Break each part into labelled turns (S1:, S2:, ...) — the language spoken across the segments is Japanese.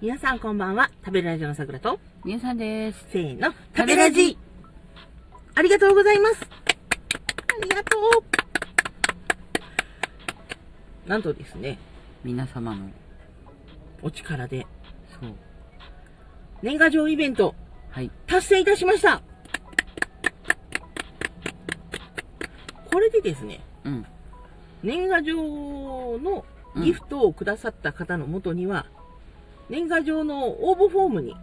S1: 皆さんこんばんは。食べるラジオのさくらと、
S2: 皆さんです。
S1: せーの、
S2: 食べラジ
S1: ありがとうございますありがとうなんとですね、
S2: 皆様の、
S1: お力で、
S2: そう。
S1: 年賀状イベント、
S2: はい。
S1: 達成いたしましたこれでですね、
S2: うん。
S1: 年賀状のギフトをくださった方のもとには、年賀状の応募フォームに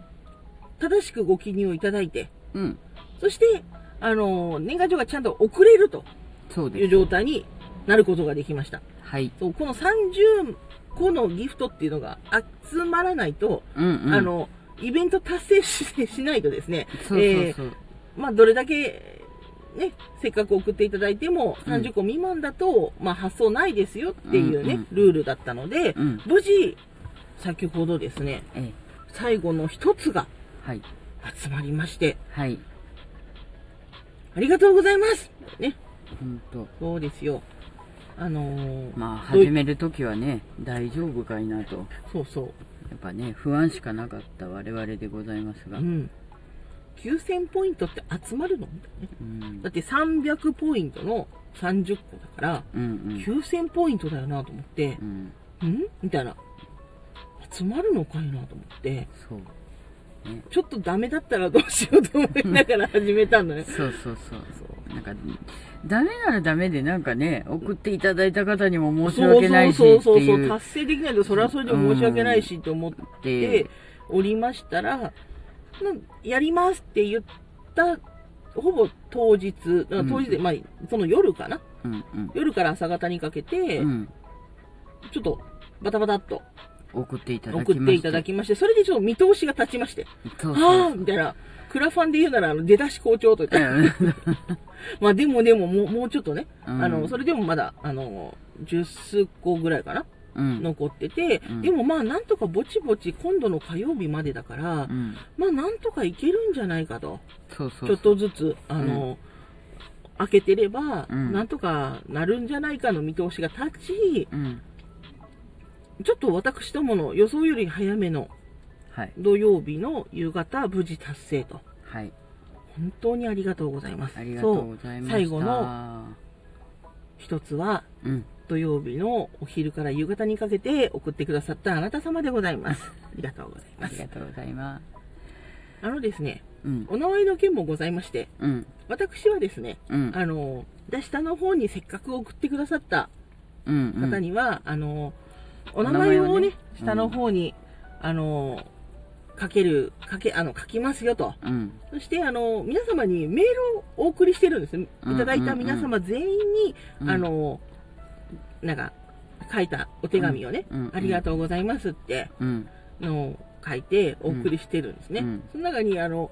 S1: 正しくご記入をいただいて、
S2: うん。
S1: そして、あの、年賀状がちゃんと送れると
S2: そう
S1: いう
S2: です。
S1: 状態になることができました。
S2: はい。
S1: そうこの30個のギフトっていうのが集まらないと、
S2: うん、うん。
S1: あ、の、イベント達成ししないとですね、
S2: そうそうそう。
S1: まあ、どれだけ、ね、せっかく送っていただいても、
S2: うん
S1: 30個未満だと、まあ、発送ないですよっていうね、
S2: うんうん
S1: ルールだったので、
S2: うん。
S1: 無事、先ほどですね、
S2: ええ。
S1: 最後の一つが
S2: はい。
S1: 集まりまして、
S2: はい。
S1: ありがとうございますね、
S2: ほんと。
S1: そうですよ。あのー
S2: まあ、
S1: どうい
S2: 始めるときはね、大丈夫かいなと。
S1: そうそう。
S2: やっぱね、不安しかなかった我々でございますが。
S1: う。ん。9000ポイントって集まるのみたいなね
S2: うん
S1: だ。って300ポイントの30個だから、
S2: うん。うん。
S1: 9000ポイントだよなと思って
S2: う、ん。
S1: んみたいな。集まるのかいなと思って、
S2: そう。ね。
S1: ちょっとダメだったらどうしようと思いながら始めたのね。
S2: そうそうそう。そうなんか、ダメならダメで、なんかね、送っていただいた方にも申し訳ないしって
S1: そ
S2: いうう。
S1: そうそうそう、達成できないとそれはそれで申し訳ないしと思っ
S2: で
S1: て、おりましたら、なやりますって言った、ほぼ当日、だから当日で、まあ、その夜かな
S2: うんうん。
S1: 夜から朝方にかけて、
S2: うん。
S1: ちょっとバタバタっと
S2: 送っていただきました。
S1: 送っていただきまして、それでちょっと見通しが立ちまして、
S2: そう
S1: あ
S2: そ
S1: あ
S2: う。
S1: みたいな、クラファンで言うならあの出だし好調というか、まあでもでももうもうちょっとね、
S2: うん
S1: あの、それでもまだ、あの、十数個ぐらいかな、
S2: うん。
S1: 残ってて、
S2: うん
S1: でもまあなんとかぼちぼち今度の火曜日までだから、
S2: うん。
S1: まあなんとかいけるんじゃないかと、
S2: そうそうそう。
S1: ちょっとずつ、あの、開けてれば、
S2: うん
S1: なんとかなるんじゃないかの見通しが立ち、
S2: うん。
S1: ちょっと私どもの予想より早めの
S2: はい。
S1: 土曜日の夕方、無事達成と。
S2: はい。
S1: 本当にありがとうございます。
S2: ありがとうございました。
S1: そう最後の一つは、
S2: うん。
S1: 土曜日のお昼から夕方にかけて送ってくださったあなた様でござい ます。ありがとうござい
S2: あ
S1: ま
S2: りが
S1: す。
S2: とうございます。
S1: あのですね、
S2: うん。
S1: お名前の件もございまして、
S2: うん。
S1: 私はですね、
S2: うん。
S1: あの、出下の方にせっかく送ってくださった
S2: うん。うん
S1: 方。には、あの、お名前
S2: お名前
S1: を
S2: を
S1: ね、
S2: ね
S1: 下の方に、あの、かける、かけ、あの、書きますよと。
S2: うん。
S1: そして、あの、皆様にメールをお送りしてるんです。い
S2: うん
S1: ただいた皆様全員に、
S2: うん
S1: あの、なんか、書いたお手紙をね、
S2: うんうん
S1: ありがとうございますって、
S2: うん。
S1: のを書いてお送りしてるんですね。
S2: うんうん
S1: その中に、あの、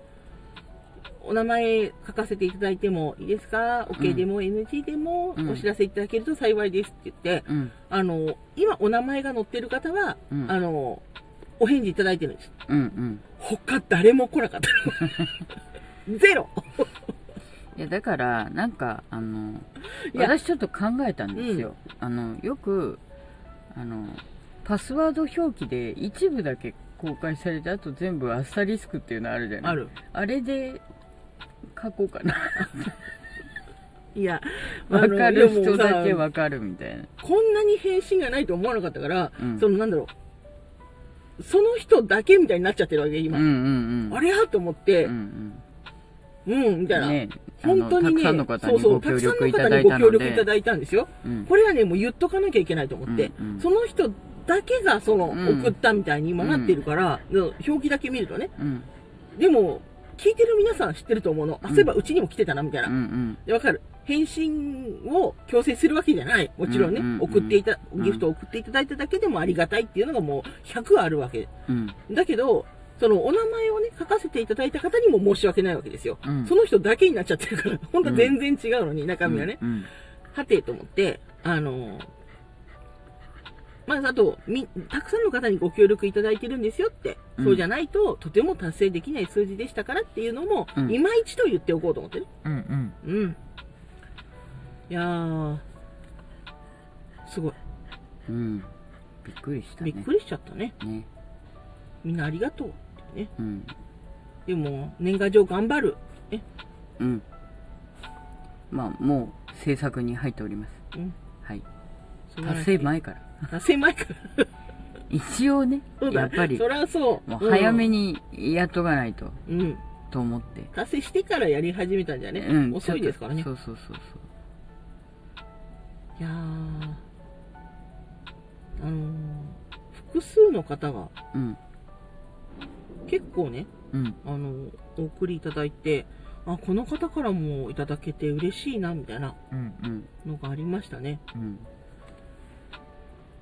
S1: お名前書かせていただいてもいいですか
S2: う
S1: ?OK
S2: ん
S1: でも NG でも
S2: うん
S1: お知らせいただけると幸いですって言って、
S2: うん。
S1: あの、今お名前が載ってる方は、
S2: うん
S1: あの、お返事いただいてるんです。
S2: うん。うん。
S1: 他誰も来なかった。 ゼロ
S2: いや、だから、なんか、あの、
S1: いや
S2: 私ちょっと考えたんですよ。あの、よく、あの、パスワード表記で一部だけ公開されて、あと全部アスタリスクっていうのあるじゃない
S1: ある。
S2: あれで書こうかな。
S1: いや、
S2: わかる人だけ
S1: は。
S2: わかるみたいな。
S1: こんなに返信がないと思わなかったから、
S2: うん
S1: そのなんだろう、その人だけみたいになっちゃってるわけ、
S2: うん
S1: 今。
S2: うんうん。
S1: あれやと思って
S2: う、ん
S1: うん、み
S2: う
S1: たい
S2: ん。
S1: な。
S2: ね、あの
S1: 本当にね、
S2: たくさんの方
S1: そう
S2: に
S1: そう、
S2: ご
S1: た
S2: 協
S1: くさん
S2: 力
S1: の
S2: いただ
S1: 方に
S2: い
S1: ご
S2: たの
S1: 協力いた
S2: で。
S1: だいたんですよ。
S2: うん
S1: これはね、もう言っとかなきゃいけないと思って、
S2: うんうん
S1: その人だけがその、
S2: うん
S1: 送ったみたいに今なってるから、表記だけ見るとね、
S2: うん
S1: でも、聞いてる皆さん知ってると思うの。あ、
S2: うん
S1: そういえばうちにも来てたな、みたいな
S2: う。ん
S1: で、わかる。返信を強制するわけじゃない。もちろんね、
S2: うんうんうん
S1: 送っていた、
S2: うん
S1: ギフトを送っていただいただけでもありがたいっていうのがもう100あるわけ。
S2: うんうん
S1: だけど、そのお名前をね、書かせていただいた方にも申し訳ないわけですよ。
S2: うん
S1: その人だけになっちゃってるから、ほんと全然違うのに、中身がね、
S2: うん
S1: はてと思って、あのーまあ、あと、み、たくさんの方にご協力いただいてるんですよって、
S2: うん
S1: そうじゃないと、とても達成できない数字でしたからっていうのも、
S2: うん
S1: 今一度言っておこうと思ってる。
S2: うんうん
S1: うん。いやー、すごい。
S2: うんびっくりした
S1: び
S2: ね
S1: っくりしちゃったね。
S2: ね
S1: みんなありがとうってね。
S2: うん
S1: でも、年賀状頑張る。
S2: うんまあもう制作に入っております
S1: うん。
S2: はい
S1: そんな
S2: 達成前から
S1: 達成前から。
S2: 一応ね
S1: そうだ
S2: やっぱり
S1: そりゃそう。
S2: もう早め
S1: に。
S2: にやっとかないと、
S1: うん。
S2: と思って
S1: 達成してからやり始めたんじゃね。
S2: うん
S1: 遅いですからね
S2: ち。ょっとそうそうそうそう
S1: いやーあのー複数の方が
S2: うん
S1: 結構ね、
S2: うん
S1: あのーお送りいただいて、あ、この方からもいただけて嬉しいな、みたいな
S2: うんうん
S1: のがありましたね。
S2: うん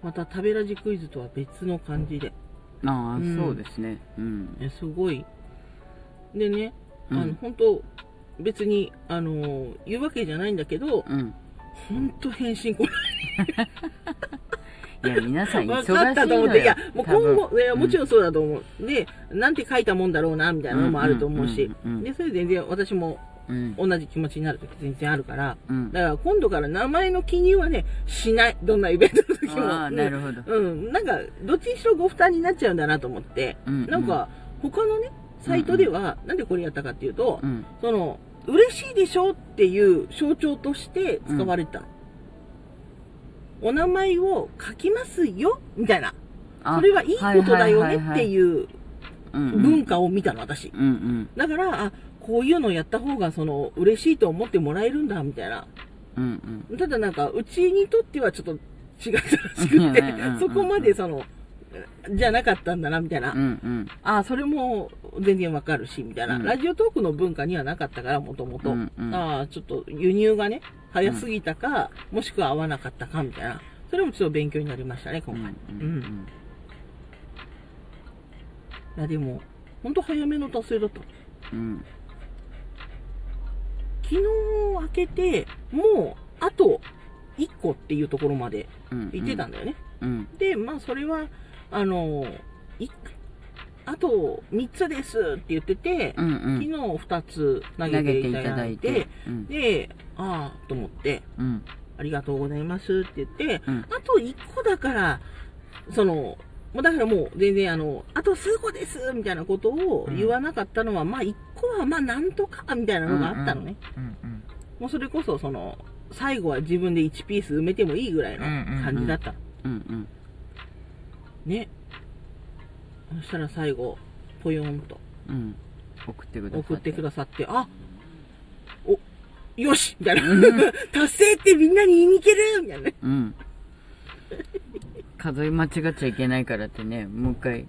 S1: また、食べラジクイズとは別の感じで。
S2: ああ、
S1: うん
S2: そうですねうん
S1: えすごい。でね、あ
S2: う
S1: の、
S2: ん
S1: 本当別に、あのー言うわけじゃないんだけど、
S2: うん
S1: 本当返信来ない
S2: いや皆さん忙
S1: 分
S2: しい
S1: かったと思っ
S2: の
S1: て、い
S2: よ
S1: や、もう
S2: 多分
S1: 今後、いや、もちろんそうだと思う。で、なんて書いたもんだろうな、みたいなのもあると思うし。
S2: うんうんうんうん
S1: で、それ全然私も
S2: うん
S1: 同じ気持ちになる時全然あるから。
S2: うん
S1: だから今度から名前の記入はね、しない。どんなイベントの時も。
S2: ああなるほど
S1: うん。なんか、どっちにしろご負担になっちゃうんだなと思って。
S2: うん
S1: なんか、他のね、サイトでは、なんでこれやったかっていうと、
S2: うん
S1: その、嬉しいでしょっていう象徴として使われた。お名前を書きますよ、みたいな。
S2: あ
S1: それはいいことだよね
S2: は
S1: っ
S2: いはいはいは
S1: て
S2: い
S1: いう
S2: うんうん
S1: 文化を見たの、私。
S2: うんうん
S1: だから、あ、こういうのやった方が、その、嬉しいと思ってもらえるんだ、みたいな。
S2: うん
S1: ただなんか、うちにとってはちょっと違ったらしくて
S2: うんうんうんう、ん
S1: そこまでその、じゃなかったんだな、みたいな
S2: うんう。ん
S1: あ、それも全然わかるし、みたいな。
S2: うん
S1: ラジオトークの文化にはなかったから、もともと
S2: う。んうん
S1: ああ、ちょっと輸入がね、早すぎたか、もしくは合わなかったか、みたいな。それもちょっと勉強になりましたね、今回。
S2: うんう
S1: うんんいやでも、ほんと早めの達成だった。
S2: うん
S1: 昨日開けて、もう、あと、1個っていうところまで
S2: うん
S1: 行ってたんだよね。
S2: うん
S1: で、まあ、それは、あの、いあと、3つですって言ってて、
S2: うんうん
S1: 昨日2つ投
S2: 投
S1: げ
S2: げ
S1: て
S2: て
S1: い
S2: い
S1: た
S2: た
S1: だ
S2: だ
S1: い
S2: い
S1: て、
S2: てうん
S1: で、ああ、と思って、
S2: うん
S1: ありがとうございますって言って、
S2: うん
S1: あと1個だから、その、もうだからもう全然あの、あと数個ですみたいなことを言わなかったのは、まあ1個はまあなんとかみたいなのがあったのね。
S2: うん
S1: もうそれこそその、最後は自分で1ピース埋めてもいいぐらいの感じだったの。
S2: うん
S1: ね。そしたら最後、ぽよんと
S2: うん送ってくださ
S1: 送ってく
S2: だ
S1: ださって、あお、よしみたいな。達成ってみんなに言いに行けるみたいなね。
S2: うん数え間違っちゃいけないからってねもう一回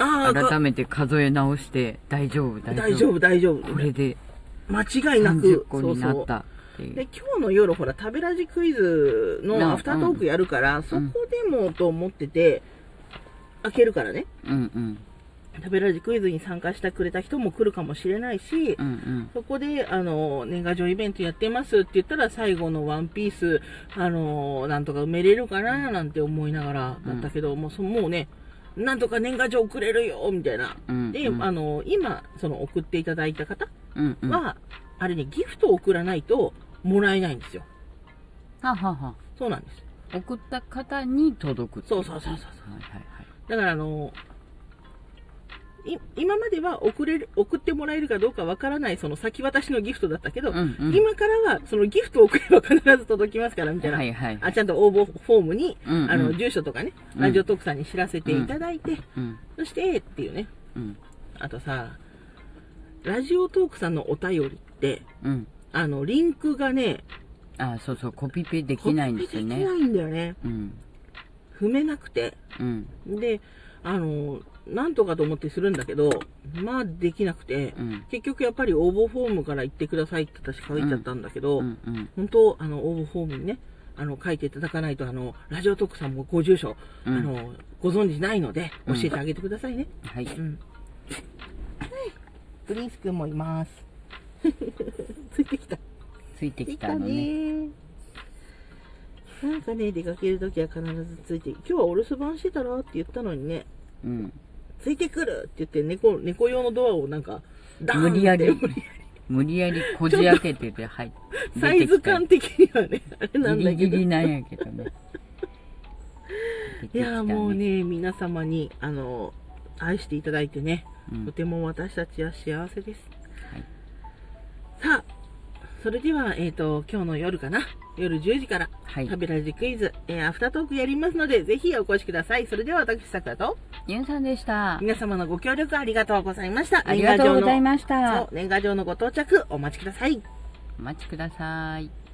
S1: ああ、
S2: 改めて数え直して大丈夫
S1: 大丈夫、大丈夫。
S2: これで
S1: 間違いな
S2: 30
S1: く。
S2: 個になったって
S1: う
S2: いう
S1: で、今日の夜、ほら、食べラジクイズの
S2: な
S1: アフタートークやるから、そこでもと思ってて、開けるからね。
S2: うんうん
S1: 食べラジクイズに参加してくれた人も来るかもしれないし、
S2: うんうん
S1: そこで、あの、年賀状イベントやってますって言ったら、最後のワンピース、あの、なんとか埋めれるかななんて思いながらだったけど、もうそ、もうね、なんとか年賀状くれるよみたいな。
S2: うん
S1: で、
S2: うん
S1: あの、今、その送っていただいた方
S2: うんうんは
S1: は、あれね、ギフトを送らないともらえないんですよ。
S2: はは
S1: そうなんです。
S2: 送った方に届く
S1: そうそうそうそう
S2: はいはいはい
S1: だからあの、い今までは送れる、送ってもらえるかどうかわからない、その先渡しのギフトだったけど、
S2: うんうん
S1: 今からはそのギフトを送れば必ず届きますから、みたいな。
S2: はいはい
S1: あちゃんと応募フォームに、
S2: うんうん
S1: あの、住所とかね、
S2: うん
S1: ラジオトークさんに知らせていただいて、
S2: うん
S1: そして、っていうね。
S2: うん
S1: あとさ、ラジオトークさんのお便りって、
S2: うん
S1: あの、リンクがね、
S2: あそうそうコピペできないんですよ
S1: コピー
S2: ね
S1: できないんだよね。
S2: うん
S1: 踏めなくて。
S2: うん
S1: で、あの、なんとかと思ってするんだけど、まあできなくて、
S2: うん
S1: 結局やっぱり応募フォームから行ってくださいって私書いちゃったんだけど、
S2: うんうん
S1: 本当、あの、応募フォームにね、あの、書いていただかないと、あの、ラジオトークさんもご住所、
S2: うん
S1: あの、ご存知ないので、
S2: う
S1: 教
S2: ん
S1: えてあげてくださいね。
S2: はい
S1: うん。プリンス君もいます。 ついてきた。
S2: ついて
S1: つい
S2: き
S1: た
S2: たのね
S1: ね。なんかね、出かけるときは必ずついて、今日はお留守番してたらって言ったのにね、
S2: うん
S1: ついてくるって言って猫、猫用のドアをなんか、ダーンって
S2: 無理やり無理やりこじ開けててはい
S1: サイズ感的にはね、あれ
S2: 出てきた
S1: なんだけ
S2: ギリ
S1: ど。
S2: ギリなんやけどね
S1: いや、もう
S2: 出てきた
S1: ね、皆様に、あの、愛していただいてね、
S2: うん
S1: とても私たちは幸せです。
S2: はい
S1: さあ、それでは、えっ、と、今日の夜かな、夜10時から、
S2: はい
S1: 食べラジクイズ、えーアフタートークやりますので、ぜひお越しください。それでは私、さくらと、
S2: ゆんさんでした。
S1: 皆様のご協力ありがとうございました。
S2: ありがとうござい
S1: し
S2: ました
S1: そう、。年賀状のご到着、お待ちください。
S2: お待ちください。